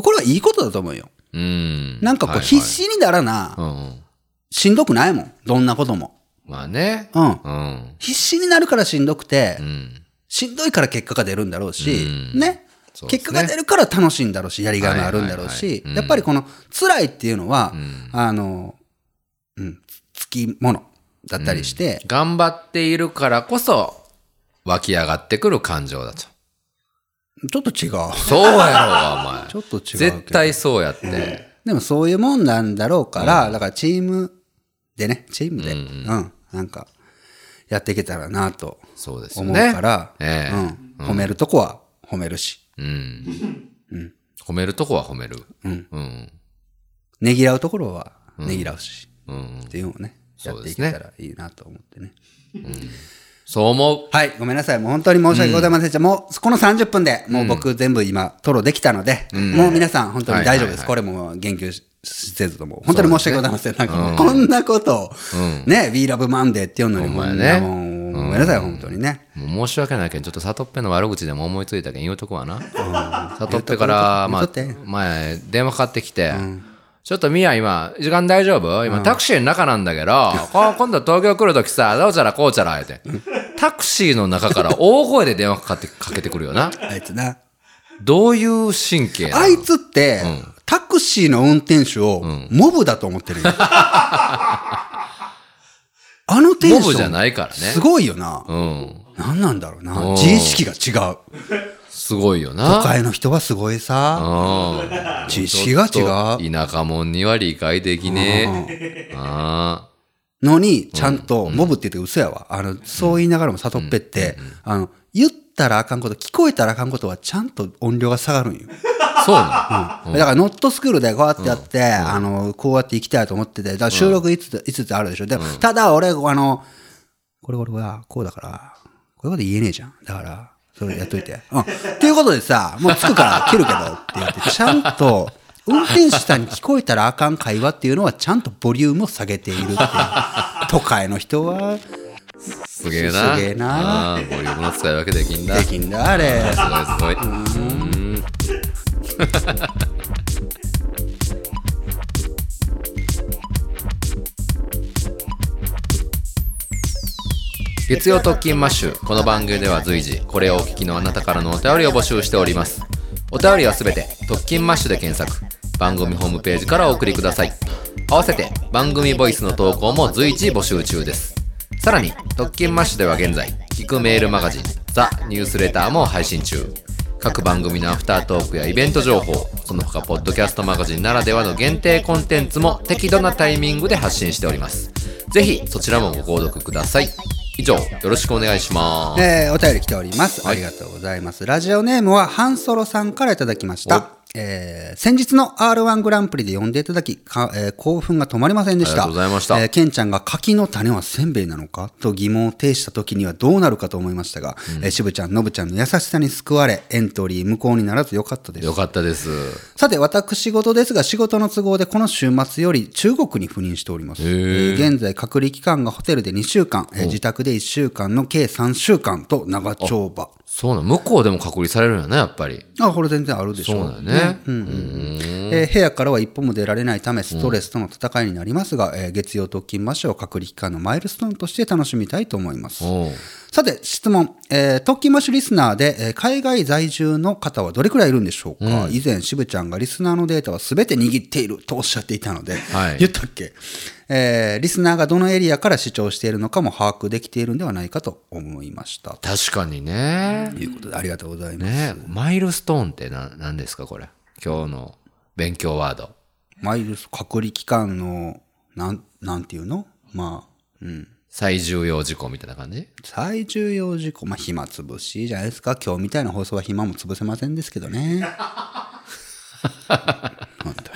これはいいことだと思うよ。うん。なんかこう、必死にならな、はいはい。うんうん。しんどくないもん。どんなことも。まあね。うん。うん。必死になるからしんどくてう、ん。しんどいから結果が出るんだろうし、うんね。そうです結ね果が出るから楽しいんだろうし、やりがいもあるんだろうはいはいしは、いうんやっぱりこの辛いっていうのはう、んあの、うん、つきものだったりして、頑張っているからこそ、湧き上がってくる感情だと。ちょっと違う。そうやろう、お前。ちょっと違うけど。絶対そうやって。でもそういうもんなんだろうから、だからチームでね、チームで、うん、なんか、やっていけたらなとそうですよ思うね。から、ええうん、褒めるとこは褒めるし、うん。褒めるとこは褒める。うん。うん。ねぎらうところはねぎらうし、っていうのをね、やそっうてでいすねけたらいいなと思ってね。そう思はい、ごめんなさい。もう本当に申し訳ございませんでした。もう、この30分で、もう僕全部今、トロできたので、もう皆さん本当に大丈夫です。はいこれもう言及しせずとも、本当に申し訳ございません。なんかもうこんなことを、ね、We Love Monday っていうのにも、ほんまみんやねなもうごめんなさい、本当にね。う。もう申し訳ないけど、ちょっと里っぺの悪口でも思いついたけん言うとこはな。里っぺから、言まあうとこ言うと、前、電話かかってきて、ちょっとミヤ今、時間大丈夫今タクシーの中なんだけ ど、こ今度東京来るときさ、どうちゃらこうちゃら、って。タクシーの中から大声で電話かかって、かけてくるよな。あいつな。どういう神経なのあいつって、タクシーの運転手を、モブだと思って るよ。あのテンション。モブじゃないからねすごいよな。うん。何なんだろうな。うん自意識が違う。すごいよ都な。会の人はすごいさ。うん。知識が違う田舎者には理解できねえ。あのに、ちゃんと、モブって言って嘘やわ。あの、そう言いながらも悟っぺって、あの、言ったらあかんこと、聞こえたらあかんことはちゃんと音量が下がるんよ。あ。そうなだから、ノットスクールでこうやってやって、あの、こうやって行きたいと思ってて、だから収録いつ、いつってあるでしょ。でも、ただ俺、あの、これこれこれ、こうだから、こういうこと言えねえじゃん。だから、それやっといて。うん。っていうことでさ、もう着くから切るけどって言 って、ちゃんと、運転手さんに聞こえたらあかん会話っていうのはちゃんとボリュームを下げているっていう。都会の 人は、の。すげえな。すげえなああ。ボリュームの使い分けできんだ。ですきんだ、あれ。ごいすごい。うん月曜特勤マッシュこの番組では随時これをお聞きのあなたからのお便りを募集しておりますお便りはすべて特勤マッシュで検索番組ホームページからお送りください合わせて番組ボイスの投稿も随時募集中ですさらに特勤マッシュでは現在聞くメールマガジン「ザ・ニュースレター」も配信中各番組のアフタートークやイベント情報その他ポッドキャストマガジンならではの限定コンテンツも適度なタイミングで発信しておりますぜひそちらもご購読ください以上よろしくお願いします、えーお便り来ております、はいありがとうございます。ラジオネームは、ハンソロさんからいただきました。えー先日の R1 グランプリで呼んでいただき、かえー興奮が止まりませんでした。ありがとうございましたえーケンちゃんが柿の種はせんべいなのかと疑問を呈した時にはどうなるかと思いましたが、えー渋ちゃん、のぶちゃんの優しさに救われ、エントリー無効にならずよかったですよ。かったですさて、私事ですが、仕事の都合でこの週末より中国に赴任しております。えー現在、隔離期間がホテルで2週間、えー自宅で1週間の計3週間と長丁場。そうなん向こうでも隔離されるんやねやっぱりあ、これ全然あるでしそうょだよねうん、えー部屋からは一歩も出られないためストレスとの戦いになりますが、えー月曜特勤マッシュを隔離期間のマイルストーンとして楽しみたいと思います。おうさて、質問。えー、特勤マッシュリスナーで、えー海外在住の方はどれくらいいるんでしょうか、以前、渋ちゃんがリスナーのデータは全て握っているとおっしゃっていたので、はい言ったっけ、えーリスナーがどのエリアから視聴しているのかも把握できているんではないかと思いました。と確かにねいうことで、ありがとうございます。ねマイルストーンってな何ですかこれ今日の勉強ワードマイルス、隔離期間の、なん、なんていうのまあ、うん。最重要事項みたいな感じ最重要事項、まあ、暇つぶしじゃないですか。今日みたいな放送は暇も潰せませんですけどね。 本当に。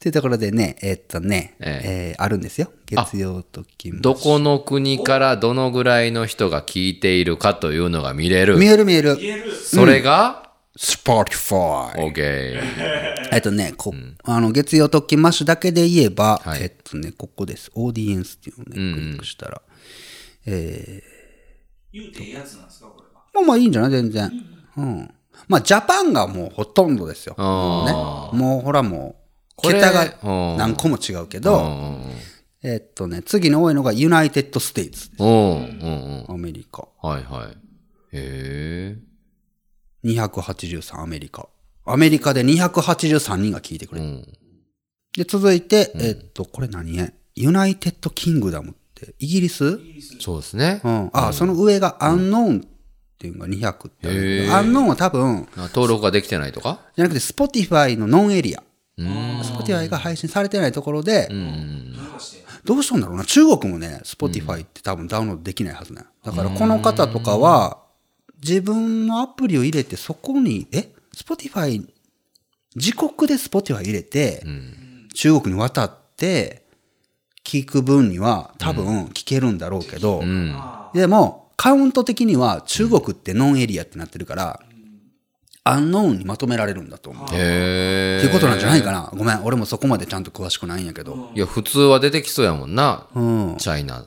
というところでね、えっとね、ええーあるんですよ。月曜と金どこの国からどのぐらいの人が聞いているかというのが見れる見える見える。言える。それが、 Spotify。 OK えっとね、こ、あの、月曜特勤マッシュだけで言えば、はいえっとね、ここです。オーディエンスっていうのをね、クリックしたら、言うてええやつなんですか、これは。まあまあいいんじゃない全然。うん。まあジャパンがもうほとんどですよ。ねあ。もうほらもう、これ桁がうん何個も違うけあ。うど、んえっとね、次の多いのがユナイテッド・ステイツ。うんうん。アメリカ。はいはい。へえ。 283アメリカ。アメリカで283人が聞いてくうれる。ん。で、続いて、えっと、これ何ねユナイテッド・キングダムって、イギリスそうですねう。ん。あ、その上がアンノーンっていうのが200ってあるけへどーアンノーンは多分、な登録ができてないとかじゃなくて Spotify のノンエリア。うん。 Spotify が配信されてないところで、うん。流して。どうしたんだろうな。中国もね、Spotify って多分ダウンロードできないはずね。だからこの方とかは、自分のアプリを入れてそこに、え ?Spotify、自国で Spotify 入れて、中国に渡って、聞く分には多分聞けるんだろうけど、うん。あでも、カウント的には中国ってノンエリアってなってるから、アンノーンにまとめられるんだと思う。っへえ。ていうことなんじゃないかな。ごめん、俺もそこまでちゃんと詳しくないんやけど。いや、普通は出てきそうやもんな。うん。チャイナ。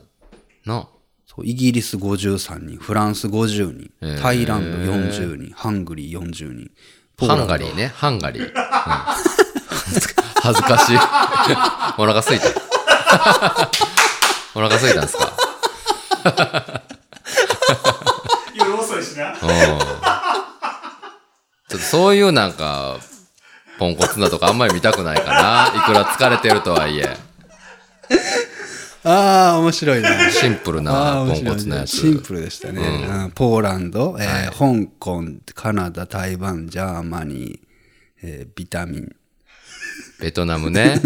な。そうイギリス53人、フランス50へ人、ータイランド40人、ハングリー40人。ポーハラドンガリーね。ハンガリー。うん 恥ずかしい。 お腹すいた。 お腹すいたんですかあ。夜遅いしな。うん。ちょっとそういうなんか、ポンコツなとかあんまり見たくないかな。いくら疲れてるとはいえ。ああ、面白いね。シンプルあなあポ面ン白いコツなやねつ。シンプルでしたね。うんポーランド、えー香港、カナダ、台湾、ジャーマニー、えービタミン、ベトナ ムね。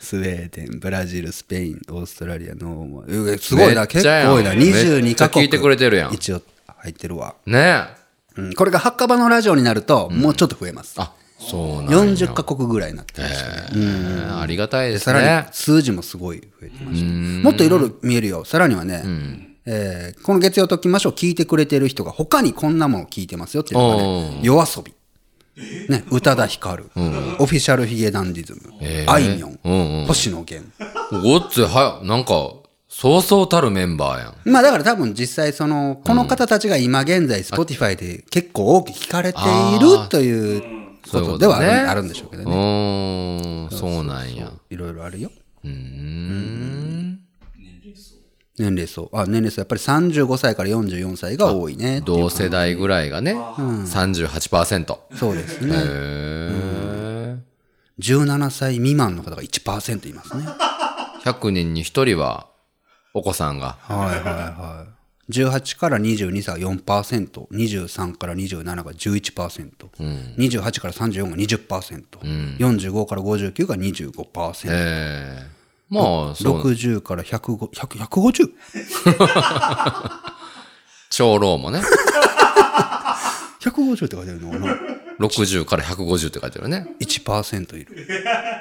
スウェーデン、ブラジル、スペイン、オーストラリア、ノーマルうわ。すごいめな、っちゃ結やん構多いな。めっ22ちゃカ国。聞いてくれてるやん一応入ってるわ。ねえ。うん、これが墓場のラジオになると、もうちょっと増えます。あ、そうなんや40カ国ぐらいになってましたね。えーありがたいでですさらねに。数字もすごい増えてました。もっといろいろ見えるよ。さらにはね、えーこの月曜ときましょう聞いてくれてる人が他にこんなもの聞いてますよっていうのがね、夜遊び。ね、宇多田ヒカル、オフィシャルヒゲダンディズム、えーあいみょん、うんうん星野源。ごっついはや、なんか、そうそうたるメンバーやん。まあだから多分実際その、この方たちが今現在 Spotify で結構多く聞かれていあーるということではあるそういうことねあるんでしょうけどうね。ーん、そうなんや。いろいろあるよ。うーん。年齢層。あ、年齢層。やっぱり35歳から44歳が多いね。同世代ぐらいがね、38%。そうですへね。ー17歳未満の方が1%いますね。は100人に1人は、お子さんが。いはいはい。18から22歳が4%、23から27が11%、28から34が20%、45から59が25%、ええまあ、そう。 60から105 100 150? 長老もね、 150って書いてあるのかな60から150って書いてあるね。 1%いる。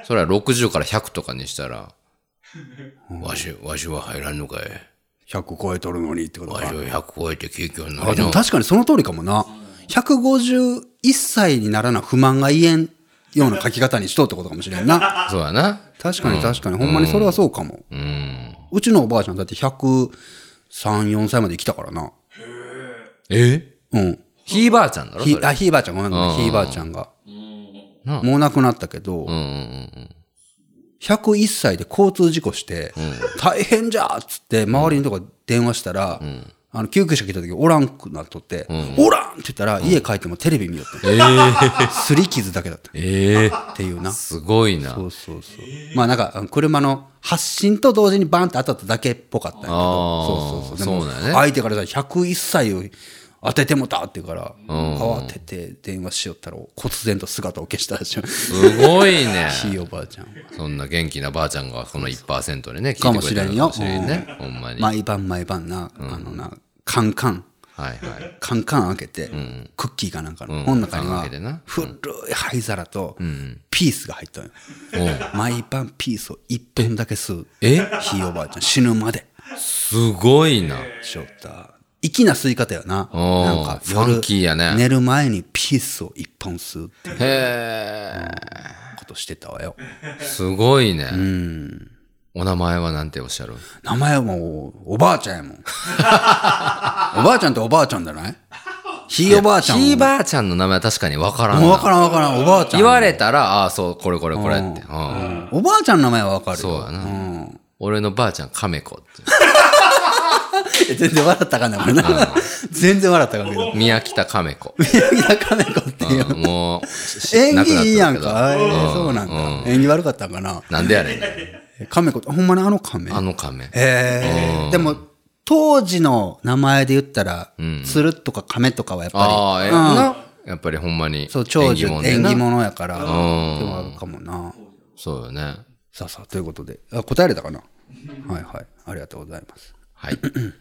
それは60から100とかにしたら、わし、わしは入らんのかい。 100超えとるのにってことわかし。は100超えて結局のあ、にでもの。確かにその通りかもな。151歳にならな不満が言えんような書き方にしとうってことかもしれんな。そうやな。確かに確かに、ほんまにそれはそうかも。うん。うちのおばあちゃんだって103、4歳まで生きたからな。えうん。ひいばあちゃんだろひそ、れ。あ、ひいばあちゃんごめんごめうんん、ひいばあちゃんが。なもう亡くなったけど、うんうんうん101歳で交通事故して、大変じゃーっつって、周りのとこ電話したら、あの救急車来た時おらんくなっとって、おらんって言ったら、家帰ってもテレビ見よって。すり傷だけだった。っええー。ていうな。すごいな。そうそうそう。まあなんか、あの車の発進と同時にバンって当たっただけっぽかったんやけあど、ーそうそうそう。でもそうなんやね相手からさ、101歳を当ててもたって言うから、慌てて電話しよったら、忽然と姿を消したらしい。 すごい ね。ひいおばあちゃんは。そんな元気なばあちゃんがこの1%でね、聞かいてもくしれてれるんのよかもしれんね。ほんまに。はい毎晩毎晩な、あのな、カンカン。はい。カンカン開けて、クッキーかなんかの、ん本の中にカンカン開けてなは古い灰皿とピースが入ったのよ、毎晩ピースを1本だけ吸うえひいおばあちゃん死ぬまですごいな。しょった。粋な吸い方やな。おーなんかファンキーやね寝る前にピースを一本吸うっていうへえ。ことしてたわよ。すごいね。お名前はなんておっしゃる名前はもう、おばあちゃん やもん。おばあちゃんっておばあちゃんじゃないひいおばあちゃん。ひいもばあちゃんの名前は確かにわからんうなわからんわからん、おばあちゃん。言われたら、ああー、そう、これこれこれって。うんおばあちゃんの名前はわかるよ。そうやなうん 俺のばあちゃん、亀子って。え全然笑ったらあかんな、これな。 全然笑ったらあかんけど。宮北亀子。宮城金子っていう。うんもう、し演なくなった技いいやんけどか。あえーそうなんうだ。演技悪かったんかな。なんでやねん。亀子、ほんまにあの亀あの亀。へうえ。んでも、当時の名前で言ったら、鶴とか亀とかはやっああ、ええぱな。やっぱりほんまに。り、そう、長寿、で縁な起物やから、ってんのはあるかもな。そうよね。さあさあ、ということで、あ答えれたかなはいはい。ありがとうございます。はえい。ー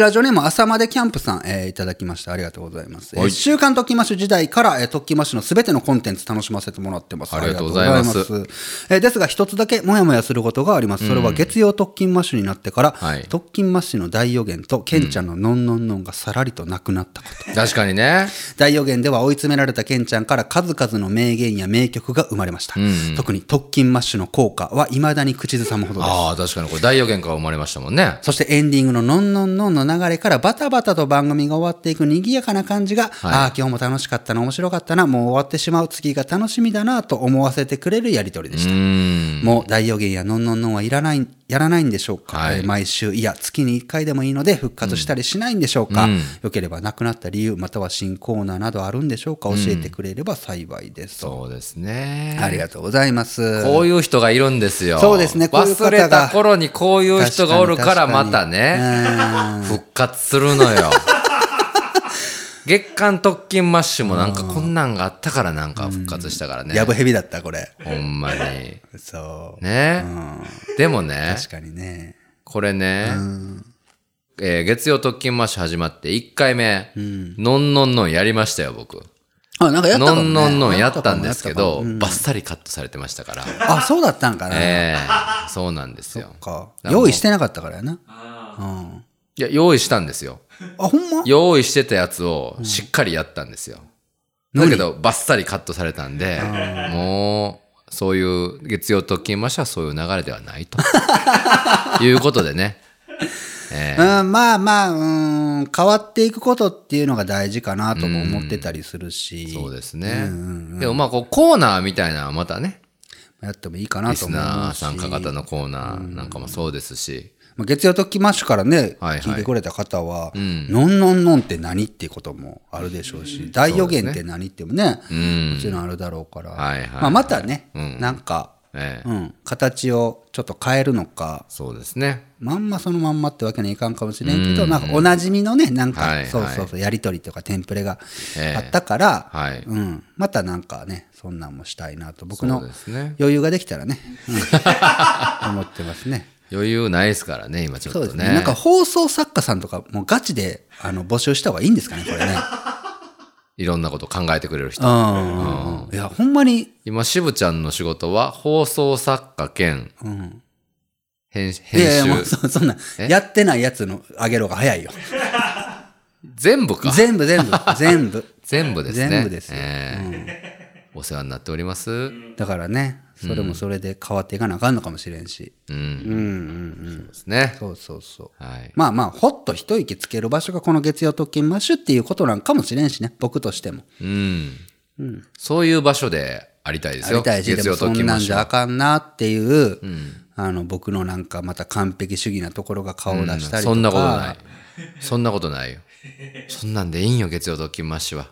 ラジオネーム、朝までキャンプさん、えーいただきました。ありがとうございます。えーはい週刊トッキーマッシュ時代から、えー、トッキーマッシュのすべてのコンテンツ楽しませてもらってます。ありがとうございますありがとうございますえーですが、一つだけもやもやすることがあります。それは月曜特勤マッシュになってから、はい特勤マッシュの大予言と、ケンちゃんののんのんのんがさらりとなくなったこと。確かにね。大予言では追い詰められたケンちゃんから数々の名言や名曲が生まれました。特に特勤マッシュの効果は未だに口ずさむほどです。ああ、確かにこれ大予言から生まれましたもんね。そしてエンディングののんのんのんの流れからバタバタと番組が終わっていく賑やかな感じが、ああ、今日も楽しかったな、面白かったな、もう終わってしまう次が楽しみだなと思わせてくれるやりとりでした。うん。もう大予言やのんのんのんはいらない、やらないんでしょうか、はいえー毎週、いや、月に1回でもいいので復活したりしないんでしょうか、よければなくなった理由、または新コーナーなどあるんでしょうか教えてくれれば幸いです。そうですね。ありがとうございます。こういう人がいるんですよ。そうですねこういう方忘がれた頃にこういう人がおるから確かまにたね、復活するのよ。 月間特勤マッシュもなんかこんなんがあったからなんか復活したからねや。ぶへびだった、これ。ほんまに。そう。ね。でもね、確かにね。これね、えー月曜特勤マッシュ始まって1回目、のんのんのんやりましたよ、僕。あ、なんかやったかのも、ね、んのんのんやったんですけど、やったかもやったかもバッサリカットされてましたから。うんあ、そうだったんかな。ええそうなんですよ。か用意してなかったからやな。うん、いや、用意したんですよ。あ、ほんま用意してたやつをしっかりやったんですよ。だけど、バッサリカットされたんで、もう、そういう、月曜特勤マッシュはそういう流れではな いと。いうことでね。えうん、まあまあ、うん、変わっていくことっていうのが大事かなとも思ってたりするし、えそうですね。でもまあ、こう、コーナーみたいなのはまたね、やってもいいかなリとス思うし。ナー参加型のコーナーなんかもそうですし、まあ、月曜ときましからね、はいはい聞いてくれた方は、のんのんのんって何っていうこともあるでしょうし、大予言って何ってもね、もちろんあるだろうから、はいはいはいまあ、またね、なんか、ええうん、形をちょっと変えるのか、そうですね。まんまそのまんまってわけにはいかんかもしれんけど、なんかおなじみのね、なんか、はいそうそうそう、やりとりとかテンプレがあったから、はいうん、またなんかね、そんなんもしたいなと、僕そのうですね。余裕ができたらね、 うん思ってますね。余裕ないですからね、今ちょっそうですとねね。なんか放送作家さんとか、もうガチであの募集した方がいいんですかね、こ れね。いろんなこと考えてくれる人う。んうん。いや、ほんまに、今、渋ちゃんの仕事は、放送作家兼、うん。編編いやいや、もう集。そそんな、えやってないやつのあげろが早いよ。全部か。全部全部、全部。全部ですね。全部ですよええお世話になっております。だからね、それもそれで変わっていかなあかんのかもしれんし。うん。うんうんうん。ですね。そうそうそう。はい。まあまあ、ほっと一息つける場所がこの月曜特勤マッシュっていうことなんかもしれんしね、僕としても。うん。そういう場所でありたいですあよ。りたいし、で月も曜そときんなまんしじょゃあう。かんなっていう、あの、僕のなんかまた完璧主義なところが顔を出したりとか。そんなことない。そんなことないよ。そんなんでいいんよ、月曜ときましは。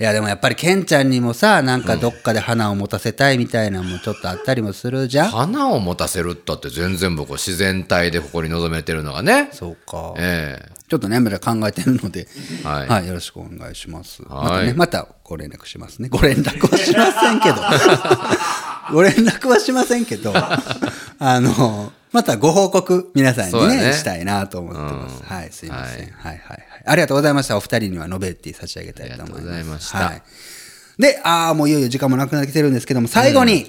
いやでもやっぱりケンちゃんにもさ、なんかどっかで花を持たせたいみたいなのもちょっとあったりもするじゃん。花を持たせるったって全然僕は自然体でここに臨めてるのがね。そうか。ええちょっとね、まだ考えてるので、はいはい、よろしくお願いします。はいまたね、またご連絡しますね。ご連絡はしませんけど、 ご連絡はしませんけど、あの、またご報告皆さんそにうね、やねしたいなと思ってます。はい、すいません、ははい。はいはいありがとうございました。お二人にはノベルティ差し上げたいと思います。ありがとうございましたはいで、ああ、もういよいよ時間もなくなってきてるんですけども、最後に、うん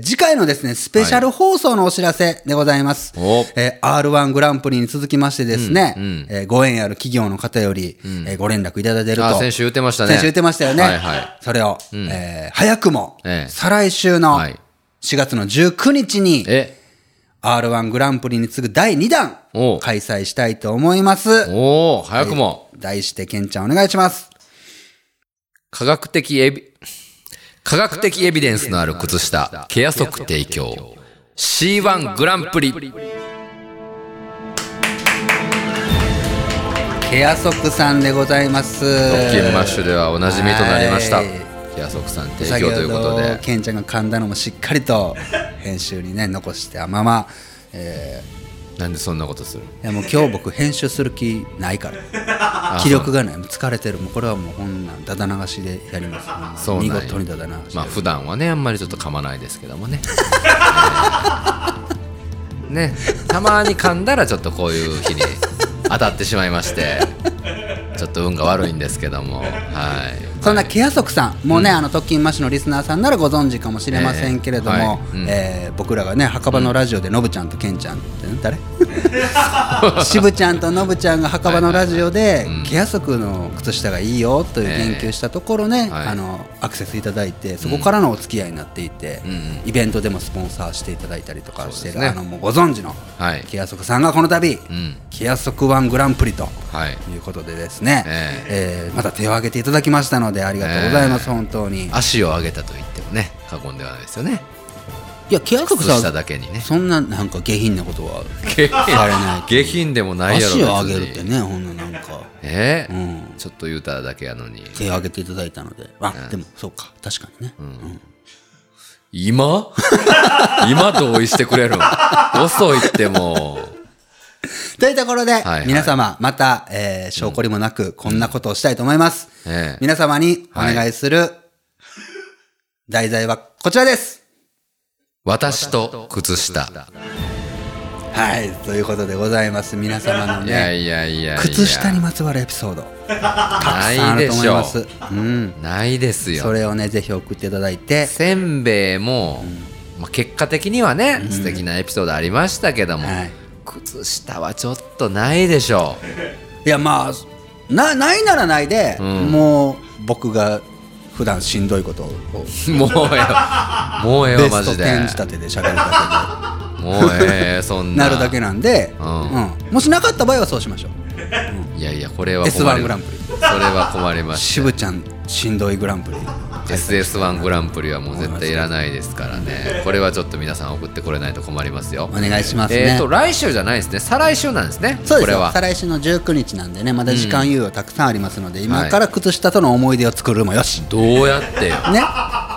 えー次回のですね、スペシャル放送のお知らせでございます。おえー R1 グランプリに続きましてですね、えーご縁ある企業の方より、えーご連絡いただいてると。あ先週言ってましたね先週言ってましたよね。はいはいそれを、えー早くも、ええ再来週のはい4月の19日に、え R1 グランプリに次ぐ第2弾おう開催したいと思います。おお早くも、題してケンちゃんお願いします。科学的エビ、科学的エビデンスのある靴下、ケアソク提供、C1 グランプリ。ケアソクさんでございます。特勤マッシュではおなじみとなりましたはい。ケアソクさん提先供というほことどで。ケンちゃんが噛んだのもしっかりと編集にね残してあまま、えなんでそんなことするーいやもう今日僕編集する気ないから気力がないもう疲れてるもうこれはもうこんなんだだ流しでやりますそうなん見や事にだだ流し、まあ普段はねあんまりちょっと噛まないですけどもね。 えーねたまに噛んだらちょっとこういう日に当たってしまいましてちょっと運が悪いんですけどもはいそんなケアソクさんもうね、あの特勤マッシュのリスナーさんならご存知かもしれませんけれども、えええはいうんー僕らがね墓場のラジオでノブちゃんとケンちゃんって、ね、誰 渋ちゃんとノブちゃんが墓場のラジオでうんケアソクの靴下がいいよという言及したところね、えはいあのアクセスいただいてそこからのお付き合いになっていて、んイベントでもスポンサーしていただいたりとかしてる、そうですあねのもうご存知のはいケアソクさんがこの度、うんケアソクワングランプリと。はいということでですね、ええーまた手を挙げていただきましたのでありがとうございます、ええ本当に足を上げたと言ってもね過言ではないですよねいやケアソク靴さ下んだけにねそんななんか下品なことは下されない品下品でもないやろ足を上げるって別にねほんななんかえうーんちょっと言うただけやのに手を挙げていただいたのであ、でもそうか確かにね、今 今同意してくれるん 遅いってもうというところで、はい皆様また、えー証拠にもなくこんなことをしたいと思います、ええ皆様にお願いする題材はこちらです私と靴下はいということでございます皆様のいやねいやいやいや靴下にまつわるエピソードなあいるでと思しいょます、うん、ないですそよれをねぜひ送っていただいてせんべいも、まあ、結果的にはね、素敵なエピソードありましたけども、はい靴下はちょっとないでしょ いやまあなないならないで、んもう僕が普段しんどいことをうもう ええもうええベわマストジで10仕立てで喋るだもうええそけんにななるだけなんで、うんうんもしなかった場合はそうしましょういやいやこれは S1 グランプリそれは困ります渋ちゃんしんどいグランプリ SS1 グランプリはもう絶対いらないですからね、これはちょっと皆さん送ってこれないと困りますよお。願いしますえね、っと来週じゃないですね、再来週なんですね、そうですこれよは再。来週の19日なんでねまだ時間猶予たくさんありますので、今はいから靴下との思い出を作るもよし、どうやってよ、ね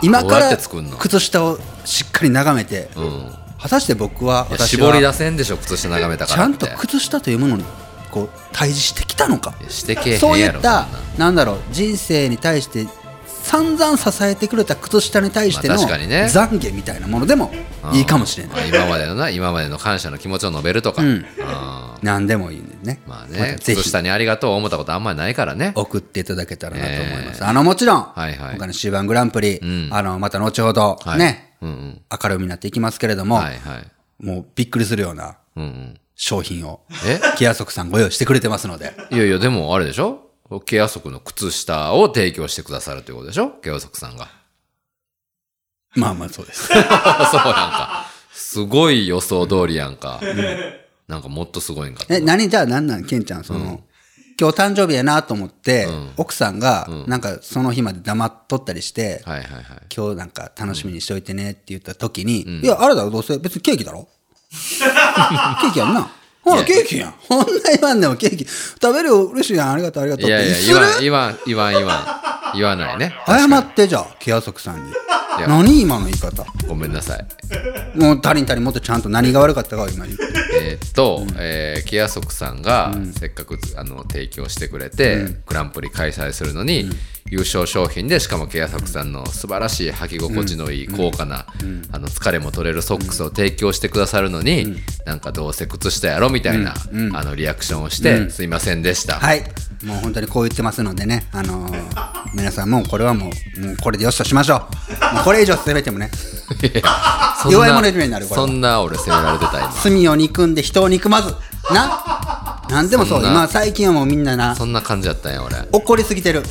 今かどうやらって作んの靴下をしっかり眺めて、うん、果たして僕はいや私絞はり出せんでしょ、靴下眺めたかちらゃっんて。と靴下というものにこう対峙してきたのかしてけえへんやろそういったそんななんだろう人生に対して散々支えてくれた靴下に対してのまあ確かにね懺悔みたいなものでもうんいいかもしれないあ今までのな、今までの感謝の気持ちを述べるとか、んうん何でもいいんでねまあたね、ぜ靴ひ下にありがとう思ったことあんまりないからね。送っていただけたらなと思いますえあのもちろんはいはい今回の終盤グランプリんあのまた後ほどはいねうんうん明るみになっていきますけれどもはいはい。もうびっくりするようなうんうん、商品をえキアソクさんご用意してくれてますのでいやいや、でもあれでしょケアソクの靴下を提供してくださるということでしょケアソクさんが。 まあまあそうですそうやんか。すごい予想通りやんか。なんかもっとすごいんかとえ、何じゃあ何なんケンちゃん、その、今日誕生日やなと思って、ん奥さんが、なんかその日まで黙っとったりして、はいはいはい。今日なんか楽しみにしといてねって言った時に、いや、あれだろ、どうせ、別にケーキだろケーキやんな。ほら、いやケーキやん。こんな言わんでもケーキ。食べるよ、嬉しいやん。ありがとう、ありがとう。いやいや、す言るわん、言わん、言わん、言わん。言わな いね。謝ってじゃあ、ケアソクさんにい。や何今の言い方。ごめんなさい。もう、足りん足りんもっとちゃんと何が悪かったかを今言って。えーっと、えーケアソクさんがせっかくつあの提供してくれて、グランプリ開催するのに、優勝商品でしかもケアソクさんの素晴らしい履き心地のいい高価な、あの疲れも取れるソックスを提供してくださるのに、なんかどうせ靴下やろみたいな、あのリアクションをして、すいませんでした。はい。もう本当にこう言ってますのでね、あのー皆さんもうこれはもう、もうこれでよしとしましょう。もうこれ以上攻めてもね、そんな弱い者いじめになるこれそはんな俺責められてた今罪を憎んで人を憎まず、な。なんでもそう。そんなまあ最近はもうみんなな、そんな感じやったんや俺怒りすぎてる。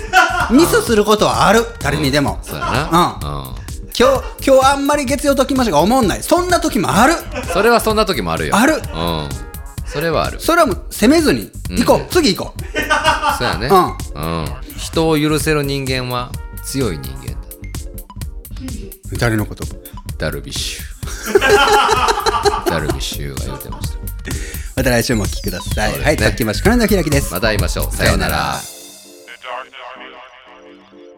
ミスすることはある。誰にでも。そうやなうん。うん今日今日あんまり月曜ときましたが思んないそんな時もあるそれはそんな時もあるよあるうんそれはあるそれはもう責めずに行こう、次行こうそうやねうん、人を許せる人間は強い人間だ誰のことダルビッシュダルビッシュが言ってましたまた来週もお聞きください、そうですねはいさっきまし金田ひらきですまた会いましょうさようなら The dark, the dark, the dark.